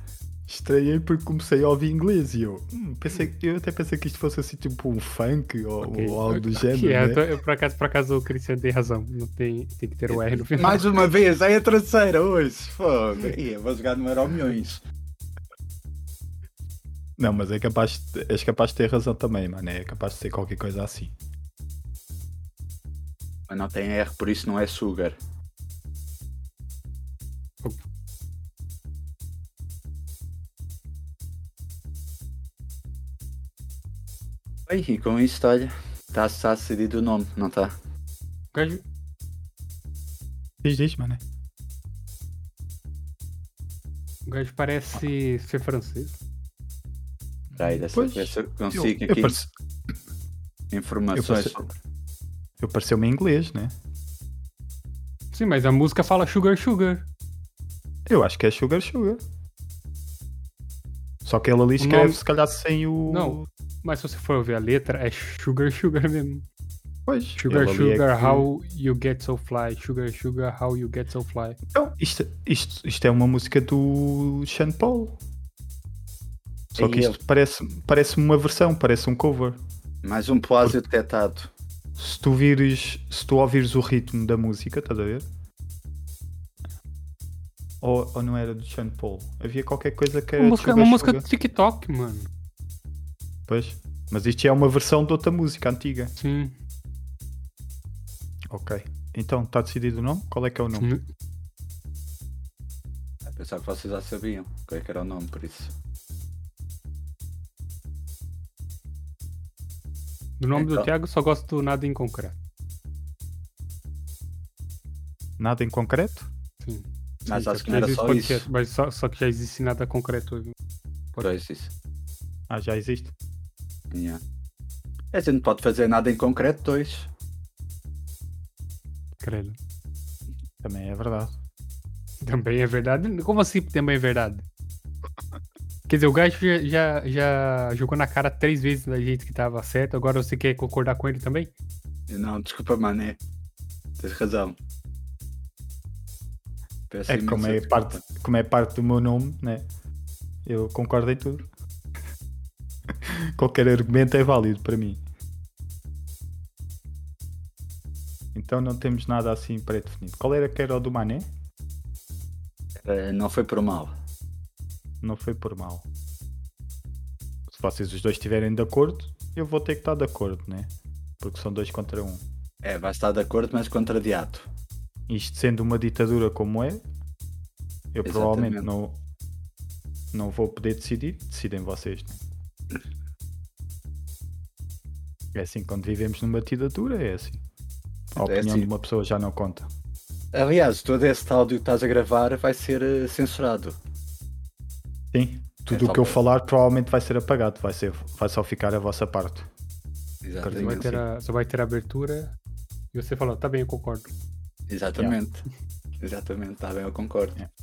Estranhei porque comecei a ouvir inglês e eu, hum, pensei, eu até pensei que isto fosse assim tipo um funk ou, Ok. ou algo do Ok, género. é, né? tô- eu, por, acaso, por acaso o Cristiano tem razão. Não tem, tem que ter o R no final. Mais uma vez, é a terceira hoje. Fogo. Ih, eu vou jogar no Euro Milhões. Não, mas é capaz, de- és capaz de ter razão também, mano. É capaz de ser qualquer coisa assim. Mas não tem R, por isso não é sugar. Bem, e com isto, olha, Está tá cedido o nome, não tá? está? O gajo- Diz, diz, mano. o gajo parece ser francês. Espera aí, dessa Pois, vez eu eu consigo aqui perce- informações. eu Eu pareceu-me inglês, né? Sim, mas a música fala Sugar Sugar. Eu acho que é Sugar Sugar. Só que ele ali escreve, nome- se calhar, sem o. Não. Mas se você for ver a letra, é Sugar Sugar mesmo. Pois. Sugar ele ali é Sugar, que- how you get so fly. Sugar Sugar, how you get so fly. Então, isto, isto, isto é uma música do Sean Paul. Só É que isto parece, parece uma versão, parece um cover. Mais um plágio detectado. Se tu vires, se tu ouvires o ritmo da música, estás a ver? Ou, ou não era do Sean Paul? Havia qualquer coisa É, que era Uma de música, Sugar uma música Sugar. do TikTok, mano. Pois. Mas isto é uma versão de outra música antiga. Sim. Ok. Então, está decidido o nome? Qual é que é o nome? N- Pensava que vocês já sabiam qual é que era o nome, por isso. Do nome do Então. Thiago, só gosto do nada em concreto. Nada em concreto? Sim. Mas Sim, acho que já não era existe só podcast, isso. Mas só, só que já existe nada concreto. Pois isso. Ah, já existe. Yeah. É, A gente não pode fazer nada em concreto, dois. Credo. Também é verdade. Também é verdade? Como assim também é verdade? Quer dizer, o gajo já, já, já jogou na cara três vezes da gente que tava certo, agora você quer concordar com ele também? Não, desculpa, mané. Tens razão. Peço É que como imensa é, desculpa. parte, como é parte do meu nome, né? Eu concordo em tudo. Qualquer argumento é válido para mim. Então não temos nada assim pré-definido. Qual era que era o do Mané? Eh, Não foi por mal. Não foi por mal. Se vocês os dois estiverem de acordo, eu vou ter que estar de acordo, né? Porque são dois contra um. É, vai estar de acordo, mas contradiado. Isto sendo uma ditadura como é, eu provavelmente Exatamente. não, não vou poder decidir, decidem vocês. Né? É assim, quando vivemos numa ditadura, é assim. A É opinião assim. de uma pessoa já não conta. Aliás, todo este áudio que estás a gravar vai ser eh, censurado. Sim, tudo É, o que eu talvez. falar provavelmente vai ser apagado, vai, ser, vai só ficar a vossa parte. Você vai, Exatamente. ter a, você vai ter a abertura e você fala, tá bem, eu concordo. Exatamente. Exatamente, está bem, eu concordo. Yeah.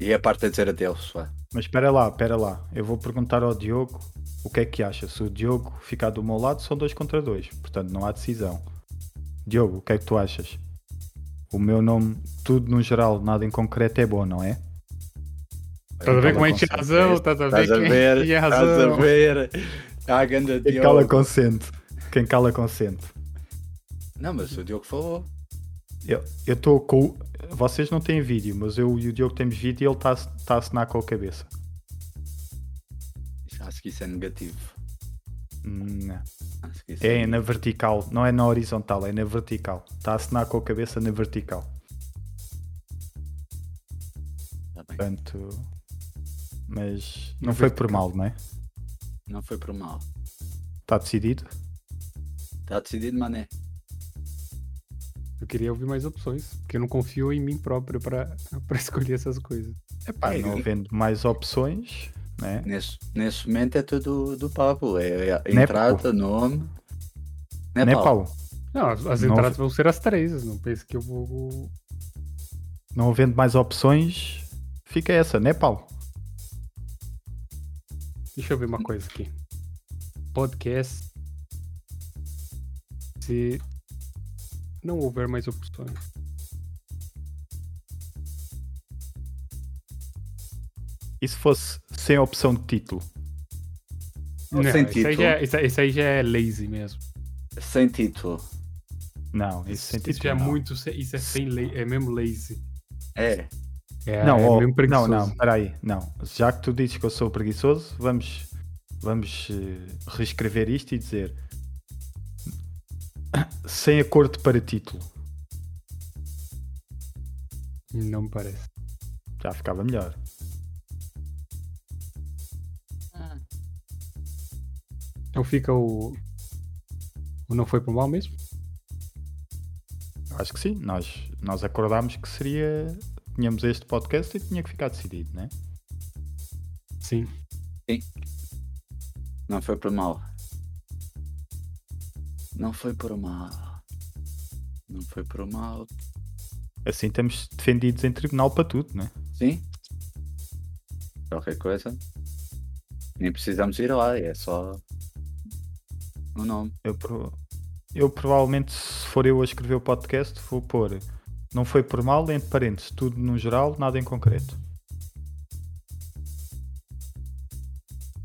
E a parte a dizer adeus, vá. Mas espera lá, espera lá. Eu vou perguntar ao Diogo o que é que acha. Se o Diogo ficar do meu lado, são dois contra dois. Portanto, não há decisão. Diogo, o que é que tu achas? O meu nome, tudo no geral, nada em concreto, é bom, não é? Tá a ver como a gente tinha consegue. razão, tá a ver Estás a quem ver? tinha Estás a razão. ver? Ah, ganda Quem cala Diogo. consente. Quem cala consente. Não, mas o Diogo falou. Eu estou com. o- Vocês não têm vídeo, mas eu e o Diogo temos vídeo e ele está a, tá a assinar com a cabeça. Acho que isso é negativo. Não. Acho que isso É na vertical, não é na horizontal, é na vertical. Está a assinar com a cabeça na vertical. tá bem. Portanto. Mas não Na foi por mal, não é? Não foi por mal. Está decidido? Está decidido, mané. Eu queria ouvir mais opções, porque eu não confio em mim próprio pra, pra escolher essas coisas. Epá, É, não eu- havendo mais opções, né? Neste, neste momento é tudo do Pablo. É a Nepal. entrada, nome. é Né, é Paulo? Não, as, as Não- entradas vão ser as três, não pense que eu vou... Não havendo mais opções, fica essa, né, Paulo? Deixa eu ver uma coisa aqui. Podcast. Se não houver mais opções. E se fosse sem opção de título? Não, Não, sem isso, aí título. já, é- isso, aí- isso aí já é lazy mesmo. Sem título. Não, isso sem título. isso já é não. muito. se- Isso é sem lei, é mesmo lazy. É. É, Não, é ó, mesmo não, preguiçoso. não, peraí, não. Já que tu dizes que eu sou preguiçoso, vamos, vamos eh, reescrever isto e dizer sem acordo para título. Não me parece. Já ficava melhor. Então fica o Ou não foi pro mal mesmo? Acho que sim. Nós, nós acordámos que seria. Tínhamos este podcast e tinha que ficar decidido, né? Sim. Não foi por mal. Não foi por mal. Não foi por mal. Assim estamos defendidos em tribunal para tudo, né? Sim? Qualquer coisa. Nem precisamos ir lá, é só. O nome. Eu, pro- eu provavelmente, se for eu a escrever o podcast, vou pôr. Não foi por mal, entre parênteses, tudo no geral, nada em concreto.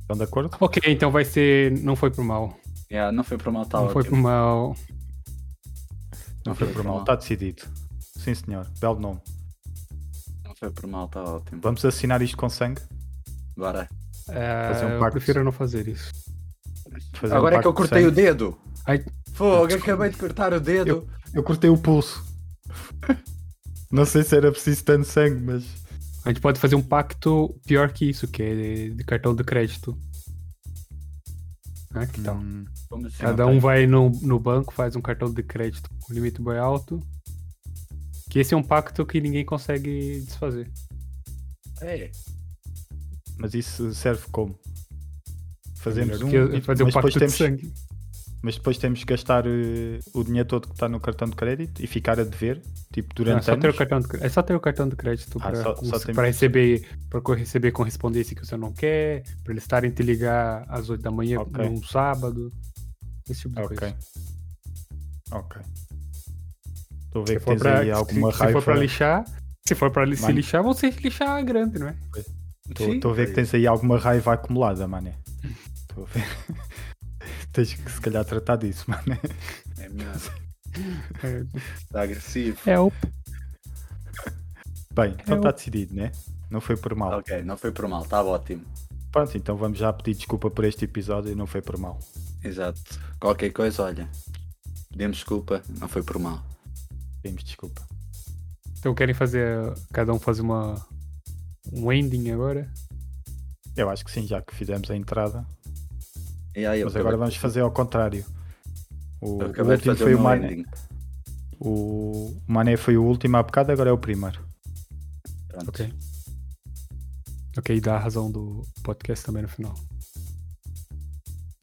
Estão de acordo? Ok, então vai ser. Não foi pro mal. Yeah, não foi por mal, tá não foi ótimo. pro mal. Não foi por mal, está decidido. Sim, senhor, belo nome. Não foi por mal, tá ótimo. Vamos assinar isto com sangue? Bora. Ah, Fazer um eu pacto. prefiro não fazer isso. Fazer um Agora é que eu pacto de cortei o sangue? dedo. Ai. Fogo, acabei de cortar o dedo. Eu cortei o pulso. Não sei se era preciso tanto sangue, mas. A gente pode fazer um pacto pior que isso, que é de- de cartão de crédito. Ah, que tal? Hum, Como assim? Cada um vai no, no banco, faz um cartão de crédito com limite bem alto. Que esse é um pacto que ninguém consegue desfazer. É. mas isso serve como? Fazemos Melhor um. que e- fazer um mas, pacto depois de temos, sangue. mas depois temos que gastar eh, o dinheiro todo que está no cartão de crédito e ficar a dever, tipo, Não, é, durante só ter o anos. cartão de, cre- é só ter o cartão de crédito Ah, para só- só cons- tem- para receber, pra co- receber correspondência que você não quer, para eles estarem te ligar às 8 da manhã Ok. num sábado. Esse tipo de Ok. coisa. Ok. Estou a ver que Se for tens pra, aí se- alguma se, raiva. for pra lixar, se for pra li- se Mano. lixar, vão se lixar a grande, não é? Sim, Estou a ver que tens aí alguma raiva acumulada, mané. Estou a ver. tens que se calhar tratar disso, mané. É mesmo. É, Tá agressivo. é o Bem, então Eu- está decidido, né? Não foi por mal. Ok, não foi por mal, tá ótimo. Pronto, então vamos já pedir desculpa por este episódio e não foi por mal. Exato. Qualquer coisa, olha. Pedimos desculpa, não foi por mal. Pedimos desculpa. Então querem fazer. Cada um fazer uma. Um ending agora? Eu acho que sim, já que fizemos a entrada. E aí, eu Mas agora acabei- vamos fazer ao contrário. O, eu o acabei de último fazer foi o meu Mané. ending. O o Mané foi o último há bocado, agora é o primeiro. Pronto. Ok. Ok, e dá a razão do podcast também no final.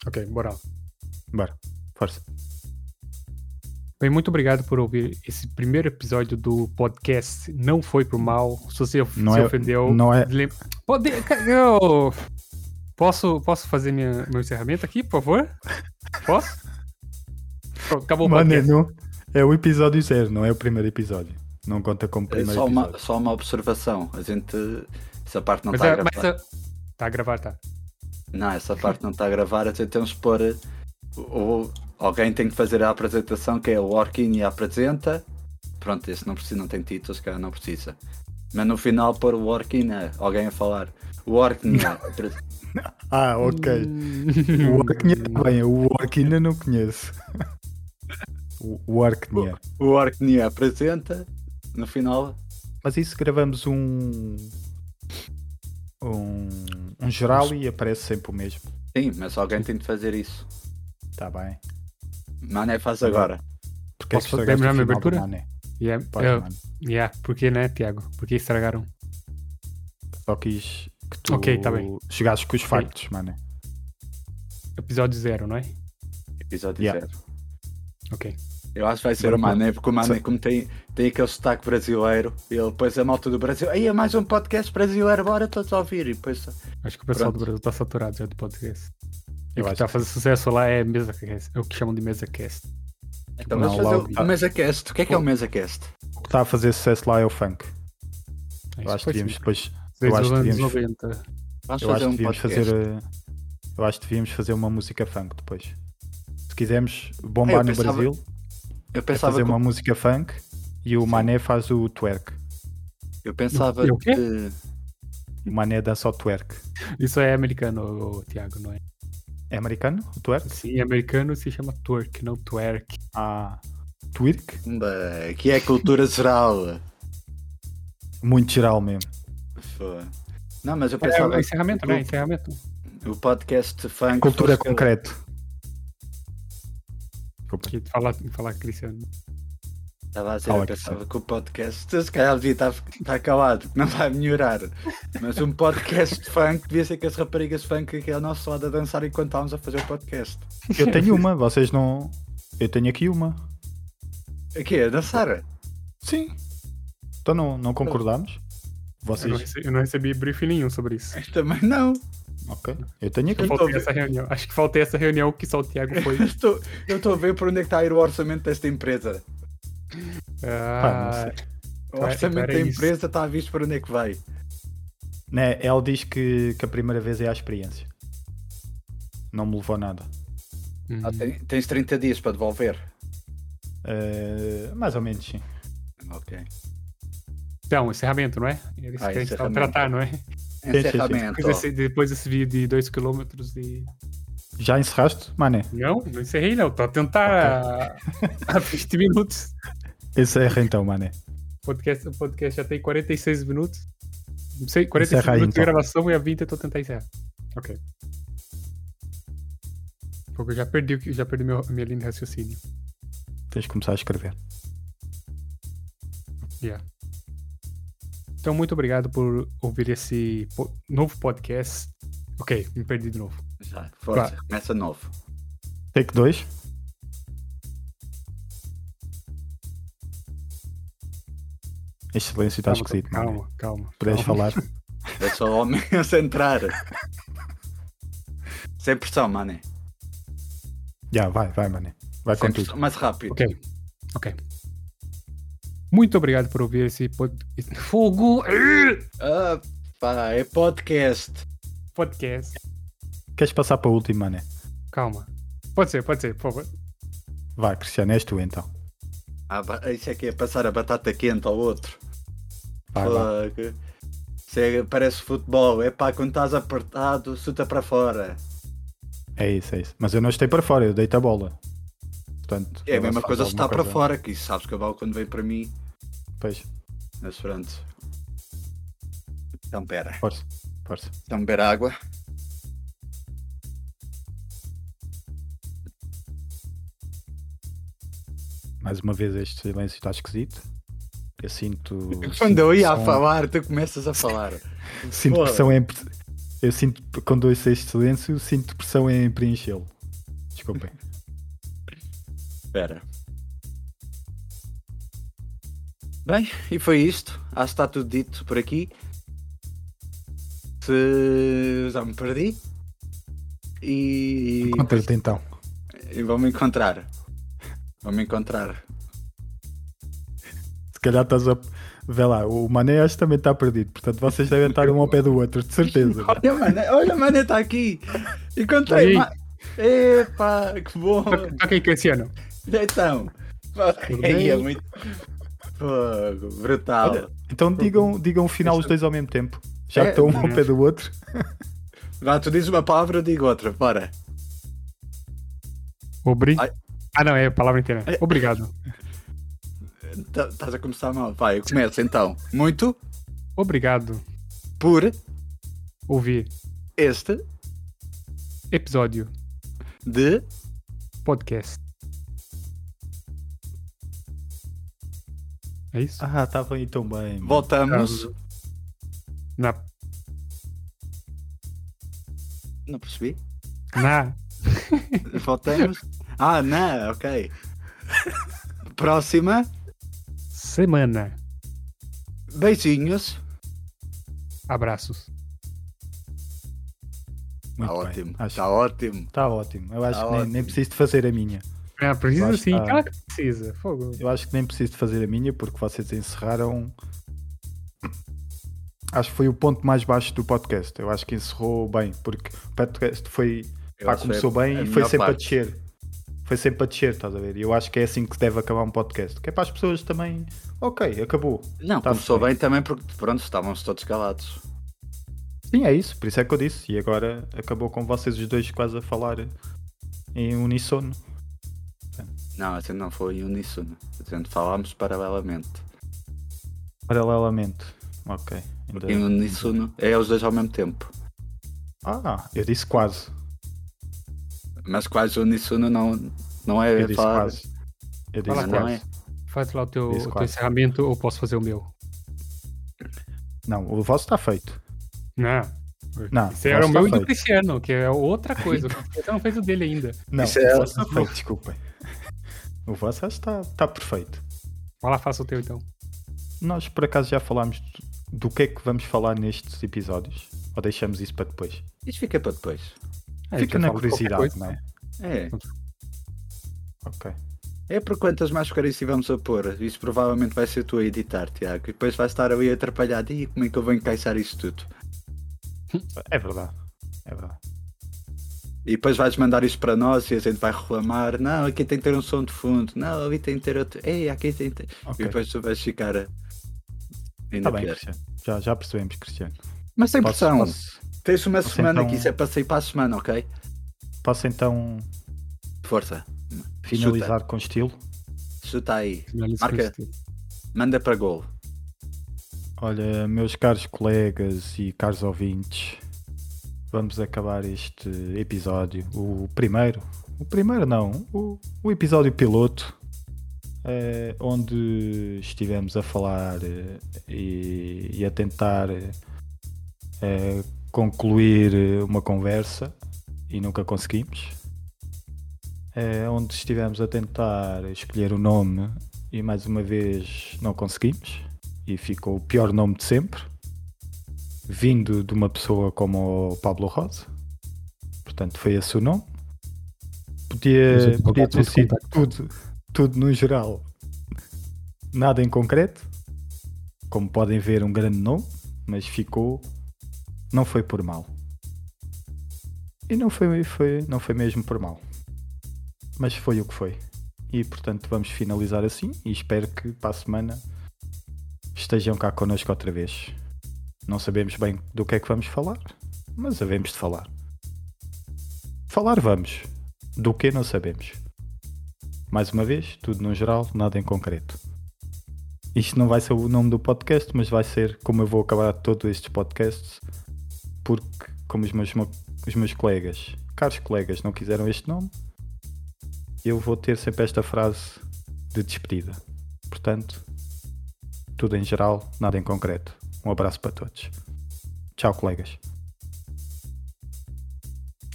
Ok, bora lá. Bora, força. Bem, muito obrigado por ouvir esse primeiro episódio do podcast Não Foi Pro Mal. Se você of- Não se é- ofendeu. não é- lem- Pode... eu- Posso, posso fazer minha, meu encerramento aqui, por favor? Posso? Pronto, acabou o Mané, podcast. não. É o episódio zero, não é o primeiro episódio. Não conta como É primeiro só, uma, episódio. só uma observação. A gente. Essa parte não Mas, tá está a a, gravar. mas a... Tá a gravar, tá. Não, essa parte não está a gravar. Até temos que pôr. eh, o- alguém tem que fazer a apresentação, que é o Orquini apresenta. Pronto, esse não precisa, não tem títulos, cara, não precisa. Mas no final pôr o Orquini, alguém a falar. O Orquini. Ah, ok. O Orknia também, o Orkina não conheço. O o Orknia. o Orquini apresenta. No final. Mas isso gravamos um. Um, um geral e aparece sempre o mesmo. Sim, mas alguém tem de fazer isso. Está bem. Mané faz agora. Porque Posso é que estragaste terminar o minha final do abertura? Mané? Yeah, Pode, eu- mano. yeah, por que, né, Tiago? Por que estragaram? Só quis que tu Ok, tá bem. chegasses com os factos, mané. Episódio zero, não é? Episódio Yeah. zero. Ok. Eu acho que vai ser o Mané, porque o Mané, como tem, tem aquele sotaque brasileiro, ele depois a malta do Brasil. Aí é mais um podcast brasileiro, bora todos ouvir. E depois. Acho que o pessoal Pronto. do Brasil tá saturado já do podcast. E Eu o que acho tá que fazendo sucesso lá é mesa cast. É o que chamam de mesa cast. Então Não, vamos lá fazer ouvi. o, o MesaCast. O que é que é o MesaCast? O que está a fazer sucesso lá é o funk. Eu Isso acho que foi devíamos sempre, depois. eu Desde acho os que anos devíamos- 90. Vamos Eu acho fazer que um devíamos podcast. fazer. eh, Eu acho que devíamos fazer uma música funk depois. Se quisermos Ah, bombar eu no pensava- Brasil, Eu é pensava, fazer que- uma música funk e o Sim. Mané faz o twerk. eu pensava Eu- eu quê? que. O Mané dança o twerk. Isso é americano, ô, Tiago, não é? É americano o twerk? Sim, em americano se chama twerk, não twerk. Ah, twerk? Pumba, que é cultura geral. Muito geral mesmo. Fô. Não, mas eu É, pensava. encerramento, né? o- Encerramento. é O podcast funk. Cultura fosse- concreto. desculpa. Que falar, falar cristiano. Estava a dizer, Ah, eu ok, pensava que o podcast, se calhar devia estar estar calado, não vai melhorar. Mas um podcast de funk, devia ser que as raparigas funk aqui ao nosso lado a dançar enquanto estávamos a fazer o podcast. Eu tenho uma, vocês não. Eu tenho aqui uma. Aqui, a dançar. Sim. Então não, não concordamos? Eu não, Vocês. recebi, eu não recebi briefing nenhum sobre isso. Também não. Ok. Eu tenho aqui. Eu tô faltei vendo. essa reunião. Acho que faltei essa reunião que só o Thiago foi. Eu estou- Eu estou a ver por onde é que está a ir o orçamento desta empresa. Pá, não Ah, sei. O Então é- orçamento então era da isso. empresa está a visto por onde é que vai. Né, ela diz que, que a primeira vez é a experiência. Não me levou a nada. hum. Ah, tem- Tens 30 dias para devolver. Eh, mais ou menos, sim. Ok. Então, encerramento, não é? Eles Ah, querem encerramento. tratar, não é? sim, assim. sim. Encerramento. Depois desse, depois desse vídeo de 2 km de. Já encerraste, mané? Não, não encerrei, não. Tô a tentar há 20 minutos. Encerra então, mané. O podcast, o podcast já tem 46 minutos. Não sei, 46 Encerra aí, minutos então. de gravação e a 20 eu tô tentando encerrar. Ok. Porque eu já perdi, o que- já perdi meu, minha linha de raciocínio. Tens de começar a escrever. Então, muito obrigado por ouvir esse po- novo podcast. Ok, me perdi de novo. Já, força, começa novo. Take 2. Este silêncio está Calma, esquisito, mano. calma, calma. Podes calma. falar. Deixa o homem entrar. Sem pressão, mané. Já, vai, vai, mané. Vai Sem com tudo. pressão, mais rápido. Ok. Ok. Muito obrigado por ouvir esse pod- Fogo! Ah, pá, é podcast. podcast. Queres passar para o último, mané? Calma. Pode ser, pode ser, por favor. Vai, Cristiano, és tu então. Ah, ba- isso é que é passar a batata quente ao outro. Vai, vai. Fogo. Isso é- parece futebol. É pá, quando estás apertado, chuta para fora. É isso, é isso. Mas eu não estei para fora, eu deito a bola. Portanto, É a ela mesma faz coisa se está alguma para coisa. fora, que isso sabes que a bola quando vem para mim. Pois, Mas pronto. Então pera. força, força. Então beber água. Mais uma vez este silêncio está esquisito. Eu sinto. Quando sinto eu ia a pressão- falar, tu começas a falar. Sinto Pô. pressão em. Eu sinto, quando ouço este silêncio, sinto pressão em preenchê-lo. Desculpem. Espera. Bem, e foi isto. Acho que está tudo dito por aqui. Se já me perdi. E, Conta-te então. e vão-me encontrar. Vão-me encontrar. Se calhar estás a. Vê lá, o Mané acho que também está perdido. Portanto, vocês devem estar um ao pé do outro, de certeza. Olha, mano, olha, mano, está aqui. Encontrei. Aí. Ma... Epá, que bom. Ok, Cristiano. Então. Aí é muito. Fogo, brutal. Olha, então digam, digam o final os dois ao mesmo tempo. Já que É, estão um ao pé do outro. Vá, tu dizes uma palavra, eu digo outra. Bora. Obri... Ai. Ah, não, é a palavra inteira. Obrigado. Tá- Estás a começar mal. Vai, eu começo então. Muito Obrigado. por Ouvir este episódio de podcast. É isso? Ah, estavam aí tão bem. mano. Voltamos. Na. Não percebi. Na. Voltamos. Ah, não, ok. Próxima. Semana. Beijinhos. Tá Abraços. Está Muito bem. tá ótimo. Acho- Está ótimo. Tá ótimo. Eu acho Tá que nem, ótimo. nem preciso de fazer a minha. Ah, precisa Basta. sim. Claro que precisa. Fogo. Eu acho que nem preciso de fazer a minha porque vocês encerraram. Acho que foi o ponto mais baixo do podcast. Eu acho que encerrou bem, porque o podcast foi. Eu pá, acho que começou é a bem e melhor foi sempre a parte. descer. Foi sempre a descer, estás a ver? E eu acho que é assim que deve acabar um podcast. Que é para as pessoas também. Ok, acabou. Não, Tá começou bem também porque pronto, estávamos todos calados. Sim, é isso, por isso é que eu disse. E agora acabou com vocês os dois quase a falar em uníssono. Não, a gente não foi em uníssono. A gente falámos paralelamente. Paralelamente. Ok. ainda- Em uníssono é os dois ao mesmo tempo. Ah, eu disse quase. Mas quase uníssono não, Não é Eu disse falar- quase. Eu disse Fala, quase. não Não, é. Faz lá o teu, Isso, o teu claro. encerramento ou posso fazer o meu? o vosso está feito. Não. Não, Esse era vosso o meu e tá feito. do Cristiano, que é outra coisa. Você não fez o dele ainda. Não, Isso é- o vosso está feito, desculpem. O vosso acho que está, está perfeito. Vai lá, faça o teu então. Nós por acaso já falámos do- do que é que vamos falar nestes episódios? Ou deixamos isso para depois? Isso fica para depois. É, Fica eu na falo de qualquer curiosidade, coisa. não é? É. Ok. É por quantas máscaras vamos a pôr. Isso provavelmente vai ser tu a editar, Tiago. E depois vais estar ali atrapalhado. E como é que eu vou encaixar isso tudo? É verdade. É verdade. E depois vais mandar isso para nós e a gente vai reclamar. Não, aqui tem que ter um som de fundo. Não, ali tem que ter outro. Ei, aqui tem que ter... E Ok. depois tu vais ficar a- ainda Está bem, pior. Cristiano. Já, já percebemos, Cristiano. Mas sem Posso, pressão. posso, Tens uma posso semana então- que isso é para sair para a semana, ok? posso então Força. finalizar com estilo? Chuta, chuta aí. Finaliza com Marca. esse teu. Manda para gol. Olha, meus caros colegas e caros ouvintes, vamos acabar este episódio, o primeiro, o primeiro não, o, o episódio piloto, eh, onde estivemos a falar eh, e, e a tentar eh, eh, concluir eh, uma conversa e nunca conseguimos. Eh, onde estivemos a tentar escolher o nome e mais uma vez não conseguimos e ficou o pior nome de sempre, vindo de uma pessoa como o Pablo Rosa. Portanto, foi esse o nome. Mas Podia, o podia ter advogado sido contacta. tudo, tudo no geral, nada em concreto. Como podem ver, um grande nome, mas ficou. Não foi por mal. E não foi, foi, não foi mesmo por mal. Mas foi o que foi. E portanto vamos finalizar assim e espero que para a semana estejam cá connosco outra vez. Não sabemos bem do que é que vamos falar, mas havemos de falar. Falar vamos. Do que não sabemos. Mais uma vez, tudo no geral, nada em concreto. Isto não vai ser o nome do podcast, mas vai ser como eu vou acabar todos estes podcasts, porque como os meus, mo- os meus colegas, caros colegas, não quiseram este nome, eu vou ter sempre esta frase de despedida. Portanto, tudo em geral, nada em concreto. Um abraço para todos. Tchau, colegas.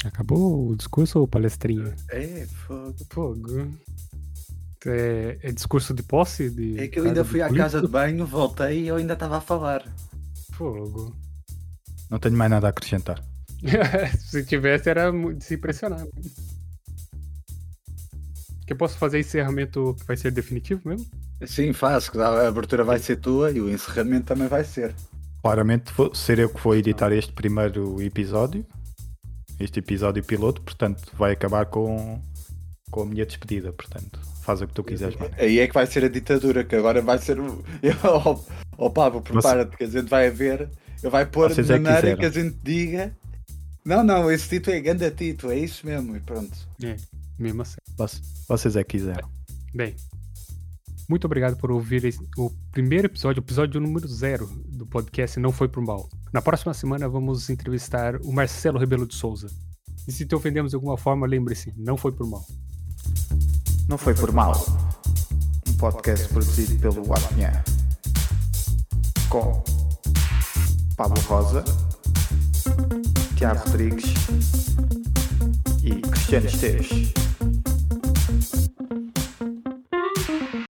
Acabou o discurso ou palestrinha? É, fogo. Fogo. É, é discurso de posse? De É que eu ainda cargo fui à político? casa de banho, voltei e eu ainda estava a falar. Fogo. Não tenho mais nada a acrescentar. se tivesse, era mu- de se impressionar. Que eu posso fazer encerramento que vai ser definitivo mesmo? Sim, faz, que a abertura vai ser tua e o encerramento também vai ser. Claramente vou ser eu que vou editar este primeiro episódio, este episódio piloto, portanto vai acabar com, com a minha despedida, portanto faz o que tu quiseres, mano. Aí é que vai ser a ditadura, que agora vai ser o. Ó oh, Pablo, prepara-te, que a gente vai ver, eu vai pôr de Vocês é que maneira quiseram. que a gente diga. Não, não, esse título é ganda título, é isso mesmo, e pronto. Mesmo assim. Voc- Vocês é que quiseram. Bem, muito obrigado por ouvir esse- o primeiro episódio, o episódio número zero do podcast Não Foi Por Mal. Na próxima semana vamos entrevistar o Marcelo Rebelo de Souza. E se te ofendemos de alguma forma, lembre-se, não foi por mal. Não foi por mal. Um podcast produzido pelo Apnha. Com Pablo Rosa, Tiago Rodrigues e Cristiano Esteves.